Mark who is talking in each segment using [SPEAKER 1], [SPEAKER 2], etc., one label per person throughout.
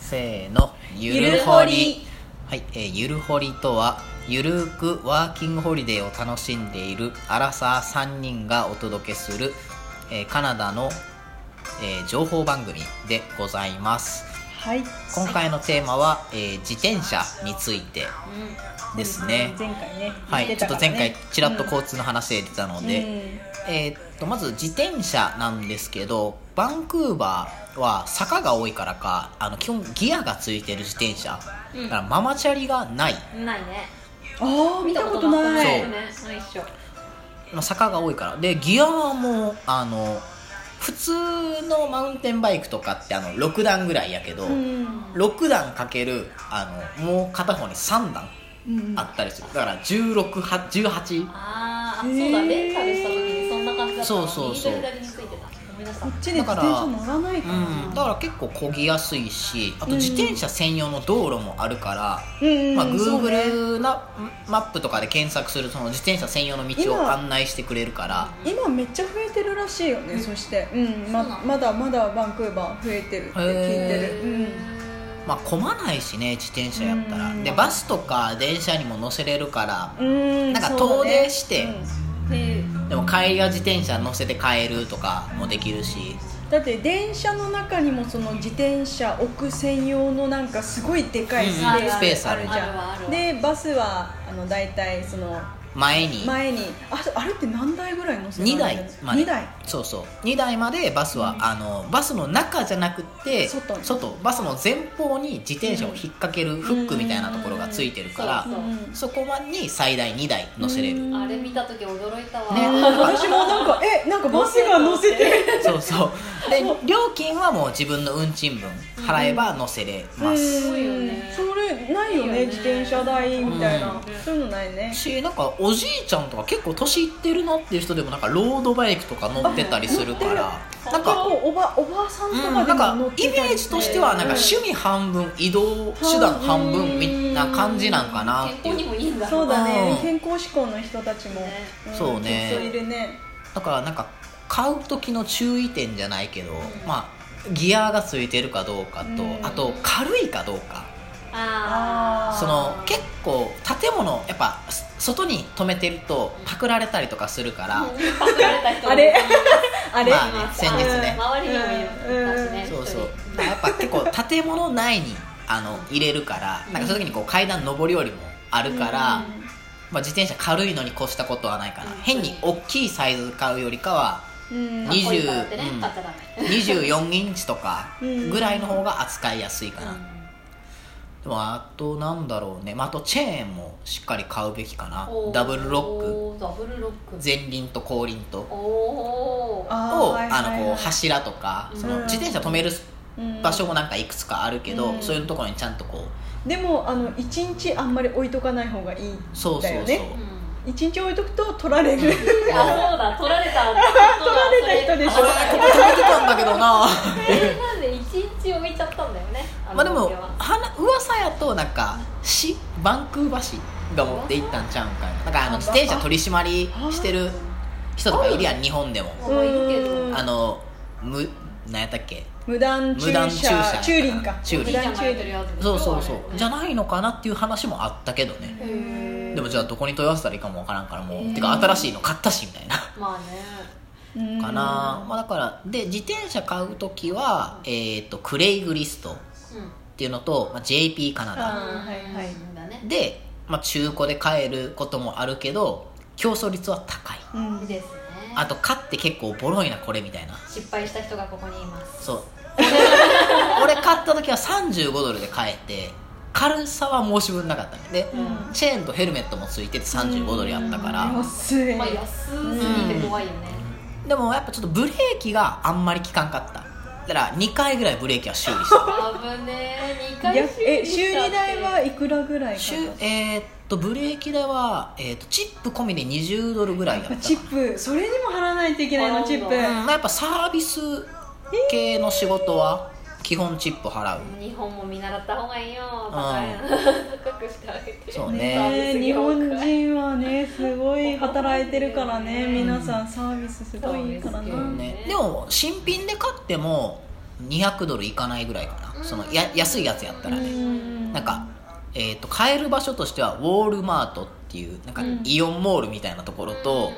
[SPEAKER 1] せーの
[SPEAKER 2] ゆるほり
[SPEAKER 1] はい、えーゆるほりとはゆるーくワーキングホリデーを楽しんでいるアラサー3人がお届けする、えーカナダの、えー情報番組でございます
[SPEAKER 2] はい
[SPEAKER 1] 今回のテーマは、えー自転車について
[SPEAKER 2] うん
[SPEAKER 1] ですね
[SPEAKER 2] 前回ね
[SPEAKER 1] はい、
[SPEAKER 2] 言
[SPEAKER 1] ちょ
[SPEAKER 2] て
[SPEAKER 1] ったと
[SPEAKER 2] からね
[SPEAKER 1] 前回ちらっと交通の話で出たので、えーっとまず自転車なんですけどバンクーバーは坂が多いからかあの基本ギアがついてる自転車、
[SPEAKER 3] うん
[SPEAKER 1] だからママチャリがない、
[SPEAKER 3] うんないね
[SPEAKER 2] うんああ見たことない
[SPEAKER 1] そう
[SPEAKER 3] 見たことないそうないっしょ
[SPEAKER 1] まあ、坂が多いからでギアもあの普通のマウンテンバイクとかってあの6段ぐらいやけど、
[SPEAKER 2] うん
[SPEAKER 1] 6段かけるあのもう片方に3段
[SPEAKER 2] うん
[SPEAKER 1] あったりするだから1618
[SPEAKER 3] あ
[SPEAKER 2] へ
[SPEAKER 3] ーあ
[SPEAKER 2] ー
[SPEAKER 3] そうだレンタルした時にそんな感じだった
[SPEAKER 1] そうそうそう
[SPEAKER 3] 右と左についてた思い出した
[SPEAKER 2] こっちで自
[SPEAKER 1] だから
[SPEAKER 2] 転車乗らないからな
[SPEAKER 1] だから結構漕ぎやすいしあと
[SPEAKER 2] うん
[SPEAKER 1] 自転車専用の道路もあるから、
[SPEAKER 2] うん
[SPEAKER 1] まあ、
[SPEAKER 2] そうね
[SPEAKER 1] Google なマップとかで検索するその自転車専用の道を
[SPEAKER 2] 今
[SPEAKER 1] 案内してくれるから
[SPEAKER 2] 今めっちゃ増えてるらしいよね、そして、うん、ま
[SPEAKER 3] そうなの
[SPEAKER 2] まだまだバンクーバー増えてるって聞いて
[SPEAKER 1] へ
[SPEAKER 2] る、うん、
[SPEAKER 1] まあ混まないしね自転車やったら
[SPEAKER 2] うん
[SPEAKER 1] でバスとか電車にも乗せれるから
[SPEAKER 2] うん
[SPEAKER 1] なんか
[SPEAKER 2] そうだね
[SPEAKER 1] 遠出して
[SPEAKER 3] へー
[SPEAKER 1] でも帰りは自転車乗せて帰るとかもできるし
[SPEAKER 2] だって電車の中にもその自転車置く専用のなんかすごいでかいスペ
[SPEAKER 3] うんうんスペ
[SPEAKER 2] ー
[SPEAKER 1] ー
[SPEAKER 2] ス
[SPEAKER 1] ス
[SPEAKER 2] あ
[SPEAKER 1] あ
[SPEAKER 2] る
[SPEAKER 1] る
[SPEAKER 2] じ
[SPEAKER 1] ね
[SPEAKER 2] ゃ
[SPEAKER 3] ある
[SPEAKER 2] ん
[SPEAKER 3] ある
[SPEAKER 2] でバスはあの大体その
[SPEAKER 1] 前に
[SPEAKER 2] 前にああれって何台ぐらい乗せ
[SPEAKER 1] 2
[SPEAKER 2] られ
[SPEAKER 1] 台
[SPEAKER 2] るの
[SPEAKER 1] まで
[SPEAKER 2] 2台
[SPEAKER 1] そうそう2台までバスは、あのバスの中じゃなくて
[SPEAKER 2] 外に
[SPEAKER 1] バスの前方に自転車を引っ掛けるフックみたいなところがついてるから
[SPEAKER 3] う、ん
[SPEAKER 1] そこに最大2台乗せれる、
[SPEAKER 2] うん
[SPEAKER 3] あれ見た時驚いたわ、
[SPEAKER 1] ね
[SPEAKER 2] 私もなんかえなんかバスが乗せて
[SPEAKER 1] そうそう で料金はもう自分の運賃分払えば乗せれます、
[SPEAKER 3] ごいよね
[SPEAKER 2] うんそれないよね
[SPEAKER 3] いいよね
[SPEAKER 2] 自転車代みたいな、
[SPEAKER 1] うん
[SPEAKER 2] そういうのないね
[SPEAKER 1] しなんかおじいちゃんとか結構年いってるなっていう人でもなんかロードバイクとか乗ってたりするから
[SPEAKER 3] あ
[SPEAKER 1] なん
[SPEAKER 2] 結
[SPEAKER 1] か
[SPEAKER 2] 構おばおばあさん
[SPEAKER 1] う
[SPEAKER 2] と
[SPEAKER 1] ん、
[SPEAKER 2] かで
[SPEAKER 1] なんか
[SPEAKER 2] も乗っ
[SPEAKER 1] イ
[SPEAKER 2] てたりて
[SPEAKER 1] メージとしてはなんか趣味半分移動手段半分みたいな感じなんかなってい
[SPEAKER 3] 健
[SPEAKER 1] う
[SPEAKER 3] 康にもいいんだ
[SPEAKER 2] そうだね、
[SPEAKER 1] う
[SPEAKER 2] 健康志向の人たちも、
[SPEAKER 3] ね
[SPEAKER 2] ん
[SPEAKER 1] そうね
[SPEAKER 2] 結構いるね
[SPEAKER 1] だからなんか買う時の注意点じゃないけど、まあギアがついてるかどうかと、
[SPEAKER 2] うん
[SPEAKER 1] あと軽いかどうか
[SPEAKER 3] あ
[SPEAKER 2] あー
[SPEAKER 3] あ
[SPEAKER 1] その結構建物やっぱす外に止めてるとパクられたりとかするから、
[SPEAKER 3] パクられた人も
[SPEAKER 2] あ れあれ、
[SPEAKER 1] まあね先日ね
[SPEAKER 3] 周りにもいるだしね
[SPEAKER 1] そうそ
[SPEAKER 3] 一
[SPEAKER 1] うだからやっぱ結構建物内にあの入れるからなんかそういう時にこう階段上り下りもあるから、まあ、自転車軽いのに越したことはないかな、
[SPEAKER 3] うん
[SPEAKER 1] 変に大きいサイズ買うよりかは
[SPEAKER 2] うん
[SPEAKER 3] 人
[SPEAKER 1] に
[SPEAKER 3] かっこいいからってね
[SPEAKER 1] うん
[SPEAKER 3] 買っちゃダメ
[SPEAKER 1] 24インチとか
[SPEAKER 2] うん
[SPEAKER 1] ぐらいの方が扱いやすいかな、
[SPEAKER 3] う
[SPEAKER 1] でもあとなんだろうね、まあ、あとチェーンもしっかり買うべきかなん
[SPEAKER 3] おー
[SPEAKER 1] ダブルロック
[SPEAKER 3] ダブルロック
[SPEAKER 1] 前輪と後輪とを
[SPEAKER 3] おー
[SPEAKER 2] あーはいはい
[SPEAKER 1] あのこう柱とか
[SPEAKER 3] うん
[SPEAKER 1] その自転車止める
[SPEAKER 2] うん
[SPEAKER 1] 場所もなんかいくつかあるけど、
[SPEAKER 2] うん
[SPEAKER 1] そういうところにちゃんとこう
[SPEAKER 2] でもあの一日あんまり置いとかない方がいい
[SPEAKER 1] そうそう
[SPEAKER 2] だ
[SPEAKER 1] そ
[SPEAKER 2] よ
[SPEAKER 1] う、
[SPEAKER 2] ね
[SPEAKER 3] うん
[SPEAKER 2] 一日置いとくと取られる
[SPEAKER 3] あそうだ取られた取
[SPEAKER 2] 取られた人でしょ
[SPEAKER 1] あれここ止めてたんだけ どな
[SPEAKER 3] えなんで一日置いちゃったんだよねの
[SPEAKER 1] まあでも
[SPEAKER 3] 時は
[SPEAKER 1] 話噂やとなんか市バンクーバー市が持っていったんちゃうんかななんかあの自転車取り締まりしてる人とかいるやん日本でも
[SPEAKER 3] まあいるけど
[SPEAKER 2] うん
[SPEAKER 1] あのむなんやったっけ
[SPEAKER 2] 無断駐
[SPEAKER 1] 無断駐
[SPEAKER 2] 車
[SPEAKER 1] 車
[SPEAKER 2] 駐輪か
[SPEAKER 1] 駐
[SPEAKER 3] おじ
[SPEAKER 1] 輪
[SPEAKER 3] い
[SPEAKER 2] 無
[SPEAKER 3] ち
[SPEAKER 2] 断
[SPEAKER 3] ゃん
[SPEAKER 2] 駐
[SPEAKER 3] がやってる
[SPEAKER 2] 輪
[SPEAKER 3] やつでし
[SPEAKER 1] そ
[SPEAKER 3] ょ
[SPEAKER 1] うそうそ
[SPEAKER 3] あ
[SPEAKER 1] う
[SPEAKER 3] れ
[SPEAKER 1] じゃないのかなっていう話もあったけどね
[SPEAKER 3] へー
[SPEAKER 1] でもじゃあどこに問い合わせたらいいかもわからんからもう、
[SPEAKER 3] うん
[SPEAKER 1] てか新しいの買ったしみたいな
[SPEAKER 3] まあね
[SPEAKER 2] うん
[SPEAKER 1] かな、まあ、だからで自転車買う時は、えー、とクレイグリストっ
[SPEAKER 3] うん
[SPEAKER 1] ていうのと、まあ、JP カナ
[SPEAKER 2] あ
[SPEAKER 1] ダ
[SPEAKER 2] ーはいはい
[SPEAKER 3] うんだね
[SPEAKER 1] で、まあ、中古で買えることもあるけど競争率は高い
[SPEAKER 2] うん
[SPEAKER 3] いいですね
[SPEAKER 1] あと買って結構ボロいなこれみたいな
[SPEAKER 3] 失敗した人がここにいます
[SPEAKER 1] そう俺買った時は35ドルで買えて軽さは申し分なかったねで、
[SPEAKER 2] うん
[SPEAKER 1] チェーンとヘルメットもついてて35ドルやったから、
[SPEAKER 2] 安い、
[SPEAKER 3] まあ安すぎて怖いよね
[SPEAKER 1] でもやっぱちょっとブレーキがあんまり効かんかっただから2回ぐらいブレーキは修理した
[SPEAKER 3] 危ねえ二
[SPEAKER 2] いや
[SPEAKER 3] 回
[SPEAKER 2] え修理
[SPEAKER 3] したって
[SPEAKER 2] 代はいくらぐらいか
[SPEAKER 1] 修えーっとブレーキ代は、えーっとチップ込みで20ドルぐらいやったかな
[SPEAKER 2] チップそれにも払わないといけないのチップ、
[SPEAKER 3] 払う
[SPEAKER 1] うんまあやっぱサービス系の仕事は基本チップ払う
[SPEAKER 3] 日本も見習った方がいいよバカやな高くしてあげて
[SPEAKER 1] そう
[SPEAKER 2] ね
[SPEAKER 3] サービス
[SPEAKER 2] 日
[SPEAKER 3] 業界
[SPEAKER 2] 本人はねすごい働いてるからね皆さんサービスすごいから
[SPEAKER 3] そう
[SPEAKER 2] な
[SPEAKER 1] ね
[SPEAKER 3] ね
[SPEAKER 1] でも新品で買っても200ドルいかないぐらいかな、
[SPEAKER 3] うん
[SPEAKER 1] そのや安いやつやったらね、
[SPEAKER 2] ん
[SPEAKER 1] なんか、えー、と買える場所としてはウォールマートっていうなんか
[SPEAKER 2] うん
[SPEAKER 1] イオンモールみたいなところと,、
[SPEAKER 3] うんうんうん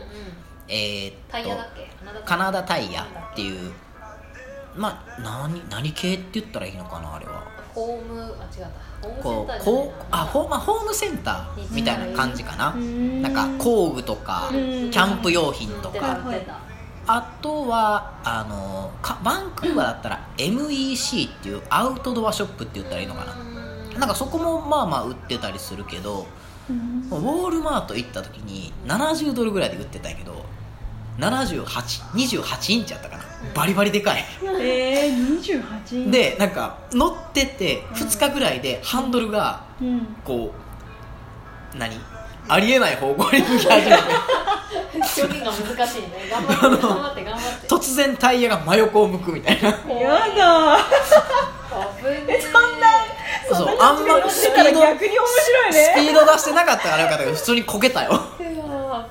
[SPEAKER 1] えー、
[SPEAKER 3] タイヤだっ
[SPEAKER 1] と
[SPEAKER 3] けカナダ
[SPEAKER 1] カナ
[SPEAKER 3] ダ
[SPEAKER 1] ダタイヤっていうまあ何何系って言ったらいいのかなあれは
[SPEAKER 3] ホームあ違ったホ
[SPEAKER 1] こ
[SPEAKER 3] ームセンタ
[SPEAKER 1] う
[SPEAKER 3] ーじゃない
[SPEAKER 1] こうあホ,、まあ、ホームセンターみたいな感じかな、
[SPEAKER 2] うん
[SPEAKER 1] なんか工具とか
[SPEAKER 2] う
[SPEAKER 1] キ
[SPEAKER 2] ん
[SPEAKER 1] ャンプ用品と
[SPEAKER 3] 出
[SPEAKER 1] か
[SPEAKER 3] た出た
[SPEAKER 1] あとはあのかバンクーバーだったら MEC っていうアウトドアショップって言ったらいいのかななんかそこもまあまあ売ってたりするけど
[SPEAKER 2] うん
[SPEAKER 1] ウォールマート行った時に70ドルぐらいで売ってたんやけど7828インチやったかなバリバリでかい
[SPEAKER 2] えー、28インチ、
[SPEAKER 1] でなんか乗ってて2日ぐらいでハンドルが
[SPEAKER 2] うん、
[SPEAKER 1] こう何ありえない方向に向き始めて
[SPEAKER 3] 表現が難しいね頑張って頑張って頑張って
[SPEAKER 1] 突然タイヤが真横を向くみたいな
[SPEAKER 2] やだー
[SPEAKER 3] 危ね
[SPEAKER 2] えそんな
[SPEAKER 1] そう
[SPEAKER 2] そんな
[SPEAKER 1] あんまス
[SPEAKER 2] ス
[SPEAKER 1] ピ
[SPEAKER 2] ピ
[SPEAKER 1] ー
[SPEAKER 2] ー
[SPEAKER 1] ド
[SPEAKER 2] ド逆に面白い
[SPEAKER 1] スピ
[SPEAKER 2] ね
[SPEAKER 1] ード出してなかったからよかったけど普通にこけたよ
[SPEAKER 3] えいやー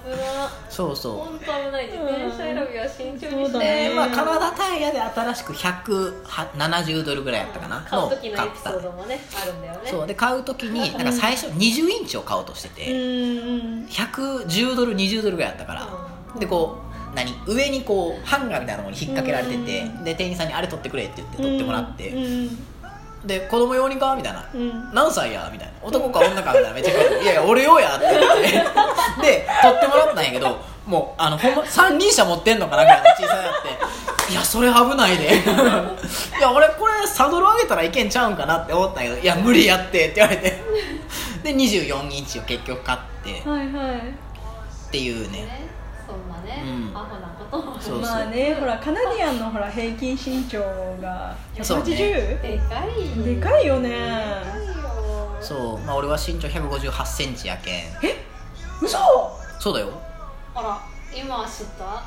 [SPEAKER 3] 危な
[SPEAKER 1] そうそ
[SPEAKER 3] 本当危ない自転車選びは慎重に
[SPEAKER 2] そう
[SPEAKER 3] し
[SPEAKER 1] う
[SPEAKER 2] だ
[SPEAKER 3] て
[SPEAKER 2] ね
[SPEAKER 1] で、まあ、カナダタイヤで新しく170ドルぐらいやったかな
[SPEAKER 3] 買う時のエピソ
[SPEAKER 1] 買
[SPEAKER 3] ー
[SPEAKER 1] っ
[SPEAKER 3] ドもねあるんだよ
[SPEAKER 1] た
[SPEAKER 3] ね
[SPEAKER 1] そうで買う時になんか最初20インチを買おうとしてて
[SPEAKER 2] うん
[SPEAKER 1] 110ドル20ドルぐらいやったから
[SPEAKER 3] う
[SPEAKER 1] でこう何上にこうハンガーみたいなものに引っ掛けられてて
[SPEAKER 2] うん
[SPEAKER 1] で店員さんに「あれ取ってくれ」って言って取ってもらって
[SPEAKER 2] うん
[SPEAKER 1] で「子供用にか?」みたいな
[SPEAKER 2] うんうん
[SPEAKER 1] 何歳やみたいな男か女かみたいなめっちゃ言われていやいや俺よやって言ってで取ってもらったんやけどもうあのほんま三輪車持ってんのかなぐらいの小さいやっていやそれ危ないでいや俺これサドル上げたらいけんちゃうんかなって思ったんやけどいや無理やってって言われてで24インチを結局買ってっ
[SPEAKER 2] はいはい
[SPEAKER 1] ていうね
[SPEAKER 3] ねそんなね
[SPEAKER 1] うん
[SPEAKER 3] アホなことも
[SPEAKER 1] そう
[SPEAKER 2] まあねほらカナディアンのほら平均身長が
[SPEAKER 1] そうね
[SPEAKER 2] 180?、
[SPEAKER 3] でかい
[SPEAKER 2] でかいよね
[SPEAKER 3] でかいよ
[SPEAKER 1] そうまあ俺は身長1 5 8センチやけん
[SPEAKER 2] 嘘
[SPEAKER 1] そうだよ
[SPEAKER 3] あら今知った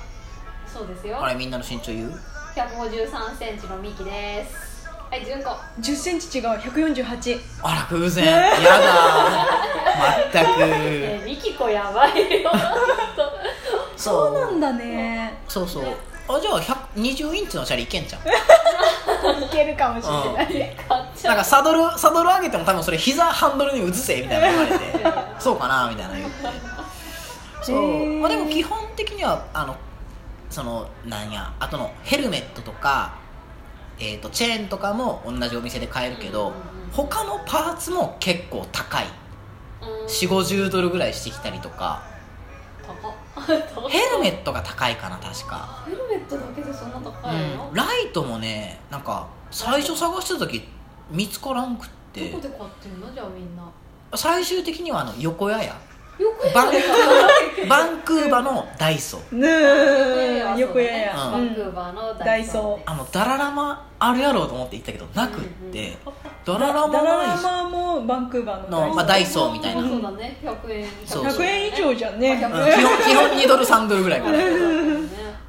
[SPEAKER 3] そうですよ
[SPEAKER 1] あれみんなの身長言う
[SPEAKER 3] 153センチのミキですはい純子
[SPEAKER 2] 1 0ンチ違う148
[SPEAKER 1] あら偶然やだ全く
[SPEAKER 3] えミキコやばいよほ
[SPEAKER 1] そう
[SPEAKER 2] そうなんだね
[SPEAKER 1] そうそうあじゃあ120インチのシャリいけんじゃん
[SPEAKER 2] いけるかもしれない、
[SPEAKER 3] んと買っち
[SPEAKER 1] なん
[SPEAKER 3] ゃ
[SPEAKER 1] か
[SPEAKER 3] う
[SPEAKER 1] サドルサドル上げても多分それ膝ハンドルに移せみたいなの言われ てそうかなみたいな言ってそう、まあ、でも基本的にはあのそのなんやあとのヘルメットとか、えー、とチェーンとかも同じお店で買えるけど、
[SPEAKER 3] うんうんうん
[SPEAKER 1] 他のパーツも結構高い
[SPEAKER 3] うん
[SPEAKER 1] 4 5 0ドルぐらいしてきたりとか
[SPEAKER 3] 高っ
[SPEAKER 1] ヘルメットが高いかな確か
[SPEAKER 3] ヘルメットだけでそんな高いの、
[SPEAKER 1] うん、ライトもねなんか最初探してた時見つからんくって
[SPEAKER 3] どこで買ってんのじゃあみんな
[SPEAKER 1] 最終的にはあの横屋や
[SPEAKER 3] よく
[SPEAKER 1] バンクーバンクーバのダイソー
[SPEAKER 2] ね
[SPEAKER 3] や
[SPEAKER 2] えよくやや
[SPEAKER 1] う
[SPEAKER 3] バンクーバーのダイソー
[SPEAKER 1] あのダララマあるやろうと思って行ったけどなくって、ダララマ
[SPEAKER 2] ダラ
[SPEAKER 1] ない
[SPEAKER 2] ラ
[SPEAKER 1] し
[SPEAKER 2] マもバンクーバーの
[SPEAKER 1] のまあダイソーみたいな
[SPEAKER 3] そうだね100円
[SPEAKER 1] そう
[SPEAKER 2] 100円以上じゃんね
[SPEAKER 3] まあ
[SPEAKER 1] うん基本基本2ドル3ドルぐらいか
[SPEAKER 3] そ
[SPEAKER 1] ら
[SPEAKER 3] うだね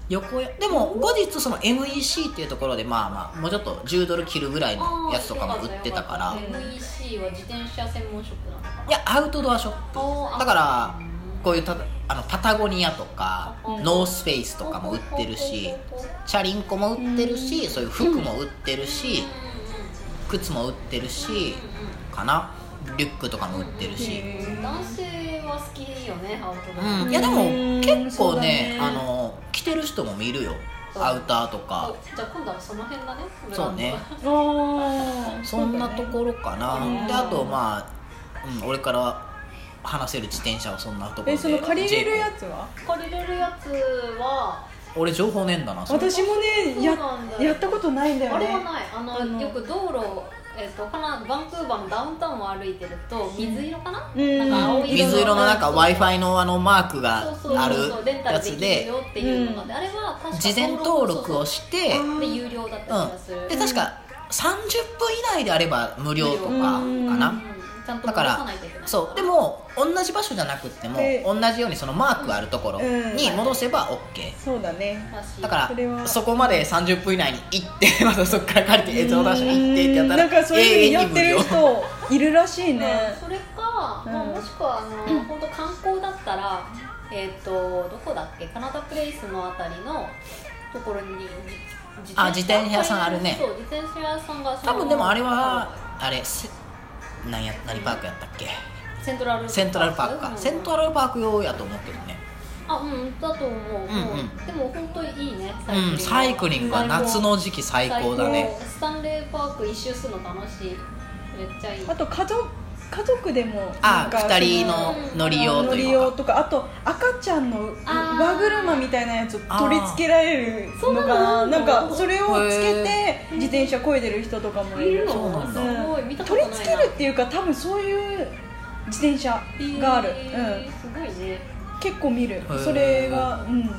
[SPEAKER 1] 横屋でも後日その MEC っていうところでまあまあもうちょっと10ドル切るぐらいのやつとかも売ってたから
[SPEAKER 3] あーよったよった MEC は自転車専門ショップなのかない
[SPEAKER 1] やアウトドアショップ
[SPEAKER 3] おー
[SPEAKER 1] だからこういうたあのパタゴニアとか
[SPEAKER 3] うん
[SPEAKER 1] ノースフェイスとかも売ってるしチャリンコも売ってるしそういう服も売ってるし靴も売ってるしかなリュックとかも売ってるし、
[SPEAKER 3] 男性は好きよねアウトドア
[SPEAKER 1] うん、いやでも
[SPEAKER 2] うん
[SPEAKER 1] 結
[SPEAKER 2] そう
[SPEAKER 1] 構
[SPEAKER 2] だ
[SPEAKER 1] ね
[SPEAKER 2] ね
[SPEAKER 1] あの着てる人も見るよ
[SPEAKER 3] そう
[SPEAKER 1] アウターとか
[SPEAKER 3] あじゃあ今度はその辺だねブランド
[SPEAKER 1] そうね
[SPEAKER 2] あー
[SPEAKER 1] そんなところかな、
[SPEAKER 2] うん
[SPEAKER 1] であとまあ、うん、俺から話せる自転車はそんなところで
[SPEAKER 2] えその借りれる
[SPEAKER 1] J
[SPEAKER 2] やつは
[SPEAKER 3] 借りれるやつは
[SPEAKER 1] 俺情報ねえんだなそれ
[SPEAKER 2] 私もねや
[SPEAKER 3] そうなんだよ
[SPEAKER 2] やったことないんだよ
[SPEAKER 3] あれ
[SPEAKER 2] ね
[SPEAKER 3] はないあの
[SPEAKER 2] あの
[SPEAKER 3] よく道路えっとカナバンクーバーのダウンタウンを歩いてると水色かな、
[SPEAKER 2] うん
[SPEAKER 3] なんか青色
[SPEAKER 1] 水色のなんか w i
[SPEAKER 3] イ
[SPEAKER 1] f i のあのマークが
[SPEAKER 3] そうそう
[SPEAKER 1] あ
[SPEAKER 3] そうそう
[SPEAKER 1] る
[SPEAKER 3] レンタ
[SPEAKER 1] や
[SPEAKER 3] ルで
[SPEAKER 1] つ
[SPEAKER 3] きる
[SPEAKER 1] で
[SPEAKER 3] よっていうので、あれは確か
[SPEAKER 1] 事前登録をして
[SPEAKER 2] あ
[SPEAKER 3] で有料だった気がする、
[SPEAKER 1] うんで確か30分以内であれば無料とかか
[SPEAKER 2] うん
[SPEAKER 1] な
[SPEAKER 3] うんちゃんと
[SPEAKER 1] だか
[SPEAKER 3] 戻
[SPEAKER 1] ら
[SPEAKER 3] さないといけない
[SPEAKER 1] そうでも同じ場所じゃなくっても
[SPEAKER 2] で
[SPEAKER 1] 同じようにそのマークあるところに戻せば OK
[SPEAKER 2] そうだね
[SPEAKER 3] らしい
[SPEAKER 1] だか
[SPEAKER 2] それは
[SPEAKER 1] らそこまで30分以内に行ってまたそこから借りて映像出して行ってってやった
[SPEAKER 2] なんからそういうのやってる
[SPEAKER 1] 永遠に無料
[SPEAKER 2] 人いるらしい
[SPEAKER 3] ね
[SPEAKER 2] ね
[SPEAKER 3] それか、まあ、
[SPEAKER 2] うん
[SPEAKER 3] もしくはあ の本当観光だったら、えっとどこだっけカナダプレイスのあたりのところに
[SPEAKER 1] あ自転車屋さんあるね
[SPEAKER 3] そう自転車屋さんがその
[SPEAKER 1] 多分でもあれはあれせなんや何パークやったっけ
[SPEAKER 3] セントラル
[SPEAKER 1] セントラルパーク
[SPEAKER 3] う
[SPEAKER 1] か
[SPEAKER 3] ん
[SPEAKER 1] セントラルパーク用やと思うけどね
[SPEAKER 3] あうんだと思う、
[SPEAKER 1] んうん
[SPEAKER 3] でも本当にいいね
[SPEAKER 1] うんサイクリングは夏の時期最高だね
[SPEAKER 3] 最高スタンレーパーク一周するの楽しいめっちゃいい
[SPEAKER 2] あと家族家族でもな
[SPEAKER 1] あ
[SPEAKER 2] んか
[SPEAKER 1] 二人
[SPEAKER 2] そ
[SPEAKER 1] の
[SPEAKER 3] うん
[SPEAKER 1] 乗り用
[SPEAKER 2] 乗
[SPEAKER 1] と
[SPEAKER 2] り
[SPEAKER 1] いう
[SPEAKER 2] 用
[SPEAKER 1] か
[SPEAKER 2] とかあと赤ちゃんの
[SPEAKER 3] あー
[SPEAKER 2] 輪車みたいなやつを取り付けられるのか
[SPEAKER 3] あ
[SPEAKER 2] な
[SPEAKER 3] ー
[SPEAKER 2] なんかそれをつけ
[SPEAKER 1] へ
[SPEAKER 2] て自転車こいでる人とかもい
[SPEAKER 3] いる
[SPEAKER 2] る
[SPEAKER 3] の
[SPEAKER 1] そうなんだ
[SPEAKER 3] すごい見たこと
[SPEAKER 2] 取
[SPEAKER 3] な
[SPEAKER 2] り
[SPEAKER 3] いな
[SPEAKER 2] 付けるっていうか多分そういう自転車がある、
[SPEAKER 3] えーすごいね
[SPEAKER 2] うん、結構見る
[SPEAKER 1] ー
[SPEAKER 2] それがうん
[SPEAKER 3] いいね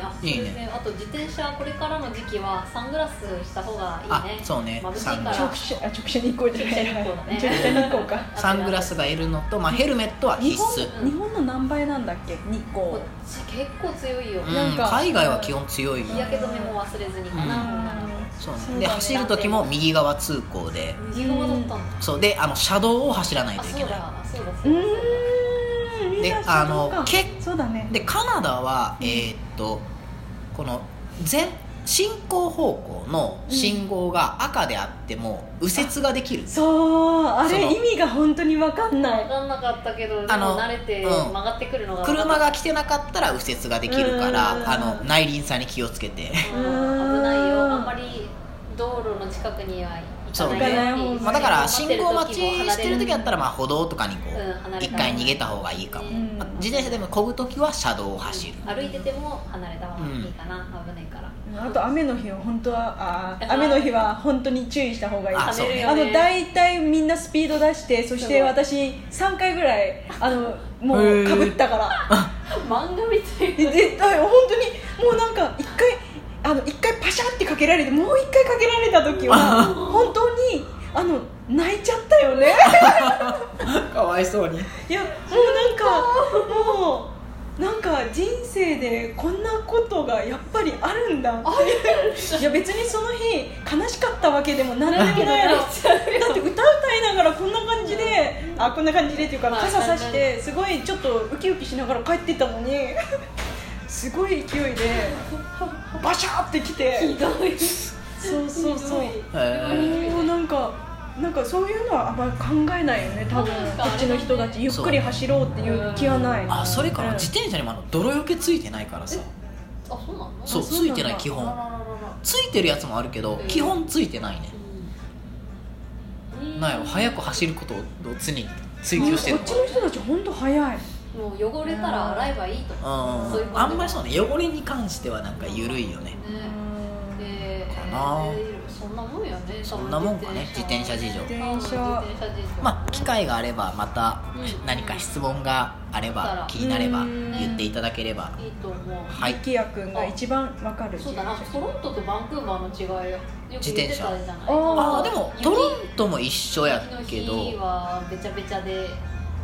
[SPEAKER 3] あ
[SPEAKER 1] いいね
[SPEAKER 3] それであと自転車これからの時期はサングラスした方がいい
[SPEAKER 1] あ
[SPEAKER 3] ね
[SPEAKER 1] そうね
[SPEAKER 3] 眩しいから
[SPEAKER 1] サン
[SPEAKER 2] 直射あ直射日光じゃない
[SPEAKER 3] 直射日光だね
[SPEAKER 2] 直射日光か
[SPEAKER 1] サングラスがいるのと、まあ、ヘルメットは
[SPEAKER 2] 日
[SPEAKER 1] 必
[SPEAKER 2] 本
[SPEAKER 1] 須
[SPEAKER 3] うん
[SPEAKER 2] 日本の何倍なんだっけ日
[SPEAKER 3] こ
[SPEAKER 2] 光
[SPEAKER 3] っち結構強いよ、
[SPEAKER 1] うん
[SPEAKER 2] なんか
[SPEAKER 1] 海外は基本強いよ
[SPEAKER 3] 日焼け止めも忘れずにかな、
[SPEAKER 1] そうね
[SPEAKER 2] そうだね
[SPEAKER 1] で走る時も右側通行で
[SPEAKER 3] 右側だったんだ
[SPEAKER 1] そうであの車道を走らない
[SPEAKER 3] あ
[SPEAKER 1] とい
[SPEAKER 3] そう
[SPEAKER 1] け
[SPEAKER 3] だ
[SPEAKER 1] ない
[SPEAKER 3] そうだ
[SPEAKER 2] う
[SPEAKER 3] そうだ
[SPEAKER 2] ーん
[SPEAKER 1] で
[SPEAKER 2] みんなそう
[SPEAKER 1] あの
[SPEAKER 2] か
[SPEAKER 1] け
[SPEAKER 2] そうだね
[SPEAKER 1] でカナダは、えーっとこの前進行方向の信号が赤であっても右折ができる、
[SPEAKER 2] そうあ
[SPEAKER 1] その
[SPEAKER 2] れ意味が本当に分かんな
[SPEAKER 3] 分
[SPEAKER 2] い
[SPEAKER 3] かんなかったけどでも
[SPEAKER 1] あの
[SPEAKER 3] 慣れて
[SPEAKER 1] うん
[SPEAKER 3] 曲がってくるのが分かった
[SPEAKER 1] 車が来てなかったら右折ができるから、
[SPEAKER 2] うん
[SPEAKER 1] あの内輪差に気をつけて、
[SPEAKER 3] うん危ないよあんまり道路の近くには行かないように
[SPEAKER 2] そうね
[SPEAKER 1] まあ、だから信号待ちしてる時だったらまあ歩道とかにこ
[SPEAKER 3] うん離
[SPEAKER 1] う
[SPEAKER 3] れ
[SPEAKER 1] 一
[SPEAKER 3] た
[SPEAKER 1] 回逃げた方がいいかも、
[SPEAKER 2] うん
[SPEAKER 1] まあ自転車でも漕ぐ時は車道を走る、
[SPEAKER 3] 歩いてても離れた方がいいかな、危ないから
[SPEAKER 2] あと雨の日は本当はあー雨の日は本当に注意した方がいい
[SPEAKER 1] あ
[SPEAKER 2] あ
[SPEAKER 1] そう
[SPEAKER 3] 跳ねるよね
[SPEAKER 2] の大体みんなスピード出してそし
[SPEAKER 3] す
[SPEAKER 2] て
[SPEAKER 3] ごい
[SPEAKER 2] 私3回ぐらいあのも
[SPEAKER 1] へ
[SPEAKER 2] う
[SPEAKER 1] ー
[SPEAKER 2] かぶったから
[SPEAKER 3] 漫画みたい
[SPEAKER 2] で絶対本当にもうなんか1回あの一回パシャってかけられてもう1回かけられた時は本当にあの泣いちゃったよ ね
[SPEAKER 1] かわいそうに
[SPEAKER 2] いやもうなんかもうなんか人生でこんなことがやっぱりあるんだって いや別にその日悲しかったわけでも何でもないのだって歌歌いながらこんな感じであこんな感じでっていうか
[SPEAKER 3] はい
[SPEAKER 2] 傘さしてすごいちょっとウキウキしながら帰ってったのに すごい勢いでバシャーって来て
[SPEAKER 3] ひどい
[SPEAKER 2] そうそうそう
[SPEAKER 1] へー
[SPEAKER 2] もうなんかなんかそういうのはあんまり考えないよね多分
[SPEAKER 3] そうです
[SPEAKER 2] こ
[SPEAKER 3] か
[SPEAKER 2] っちの人たちゆっくり走ろうっていう気はない
[SPEAKER 1] あそれから
[SPEAKER 2] うん
[SPEAKER 1] 自転車にもあの泥よけついてないからさ
[SPEAKER 3] あそうなの
[SPEAKER 1] そう
[SPEAKER 2] あ
[SPEAKER 1] つ
[SPEAKER 2] そうなん
[SPEAKER 1] い
[SPEAKER 2] だ
[SPEAKER 1] てない基
[SPEAKER 3] あらら
[SPEAKER 1] 本
[SPEAKER 3] らら
[SPEAKER 1] ついてるやつもあるけど
[SPEAKER 3] うん
[SPEAKER 1] 基本ついてないね
[SPEAKER 3] うん
[SPEAKER 1] なんやろ早く走ることを常に追求してる
[SPEAKER 2] こっちの人たち本当早い
[SPEAKER 3] もう汚れたら洗えばいいと
[SPEAKER 1] うん
[SPEAKER 3] かそういう感じ
[SPEAKER 1] あんまりそうね汚れに関してはなんか緩いよね
[SPEAKER 3] ねで
[SPEAKER 1] かな
[SPEAKER 3] そんなもんやね
[SPEAKER 1] そんなもんかね自転車事情
[SPEAKER 2] 自転
[SPEAKER 3] うん自
[SPEAKER 2] 車
[SPEAKER 3] 転車事情
[SPEAKER 1] まあ機会があればまた
[SPEAKER 3] うん
[SPEAKER 1] 何か質問があれば
[SPEAKER 3] うん
[SPEAKER 1] 気になれば
[SPEAKER 2] うん
[SPEAKER 1] 言っていただければ
[SPEAKER 3] いいと思う
[SPEAKER 1] はい
[SPEAKER 2] キヤ君が一番わかる
[SPEAKER 3] そうだなトロントとバンクーバーの違いよく言ってたじゃない
[SPEAKER 1] 自
[SPEAKER 2] 車
[SPEAKER 1] あ
[SPEAKER 2] あ
[SPEAKER 1] あでもトロントも一緒やけ
[SPEAKER 3] 雪の日
[SPEAKER 1] ど
[SPEAKER 3] はべちゃべちゃで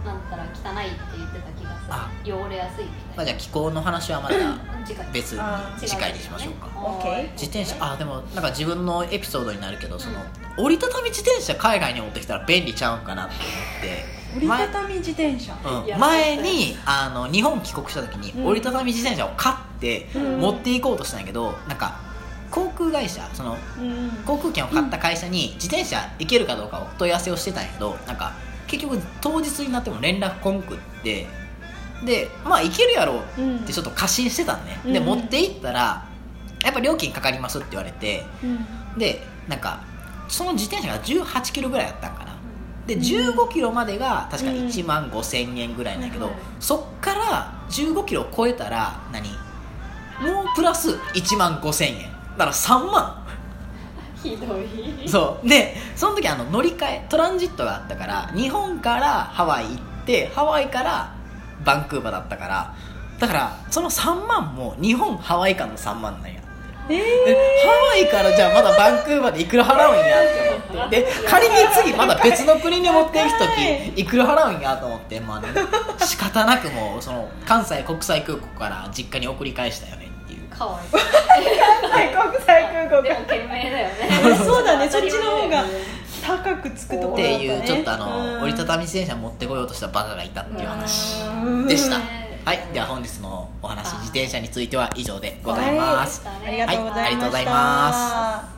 [SPEAKER 3] なんたら汚いって言ってた気が
[SPEAKER 1] あ
[SPEAKER 3] する汚れやすいみ
[SPEAKER 1] まあ
[SPEAKER 3] たい
[SPEAKER 1] じゃあ気候の話はまた
[SPEAKER 3] な次回
[SPEAKER 1] 別に
[SPEAKER 2] あー
[SPEAKER 1] 次回にしましょうか
[SPEAKER 2] オッケー
[SPEAKER 1] 自転車あでもなんか自分のエピソードになるけどその
[SPEAKER 3] う
[SPEAKER 1] 折りたたみ自転車海外に持ってきたら便利ちゃうんかなって思って
[SPEAKER 2] 折りたたみ自転車
[SPEAKER 1] 前,、う
[SPEAKER 3] や
[SPEAKER 1] ん、前にあの日本帰国した時に
[SPEAKER 2] うん
[SPEAKER 1] 折りたたみ自転車を買って
[SPEAKER 2] うん
[SPEAKER 1] 持っていこうとしたんやけどなんか航空会社その
[SPEAKER 2] うん
[SPEAKER 1] 航空券を買った会社に自転車行けるかどうかお問い合わせをしてたんやけどなんか結局当日になっても連絡こんくってでまあ行けるやろう
[SPEAKER 2] うん
[SPEAKER 1] ってちょっと過信してたんね、
[SPEAKER 2] うん
[SPEAKER 1] で持って行ったらやっぱ料金かかりますって言われて
[SPEAKER 2] うん
[SPEAKER 1] でなんかその自転車が1 8キロぐらいだったんかなで
[SPEAKER 2] うん
[SPEAKER 1] 1 5キロまでが確か
[SPEAKER 2] うん
[SPEAKER 1] 1万5千円ぐらいなんやけど、
[SPEAKER 3] はいはい
[SPEAKER 1] そっから1 5キロ超えたら何もうプラス1万5千円だから3万
[SPEAKER 3] ひどい
[SPEAKER 1] そうでその時あの乗り換えトランジットがあったから日本からハワイ行ってハワイからバンクーバーだったからだからその3万も日本ハワイ間の3万なんや
[SPEAKER 2] え
[SPEAKER 1] でハワイからじゃあまだバンクーバーでいくら払うんやって思ってで仮に次まだ別の国に持っていく時いくら払うんやと思ってまあね、仕方なくもうその関西国際空港から実家に送り返したよねっていう
[SPEAKER 3] かわい
[SPEAKER 2] ー 最高最
[SPEAKER 3] いでも
[SPEAKER 2] 高
[SPEAKER 3] 懸命だよね
[SPEAKER 2] そうだね
[SPEAKER 3] 当たり前だよ
[SPEAKER 2] そっ
[SPEAKER 3] ね
[SPEAKER 2] ちの方が高くつくと
[SPEAKER 1] っ
[SPEAKER 2] ころだったね
[SPEAKER 1] ていうちょっとあの折りた
[SPEAKER 2] み
[SPEAKER 1] たみ自転車持ってこようとしたバカがいたっていう話
[SPEAKER 2] うん
[SPEAKER 1] でした
[SPEAKER 3] ね
[SPEAKER 1] はい、では本日のお話自転車については以上でございます
[SPEAKER 3] そうでしたね
[SPEAKER 2] ありがとうござ
[SPEAKER 1] はいあ
[SPEAKER 2] いました、
[SPEAKER 1] りがとうございます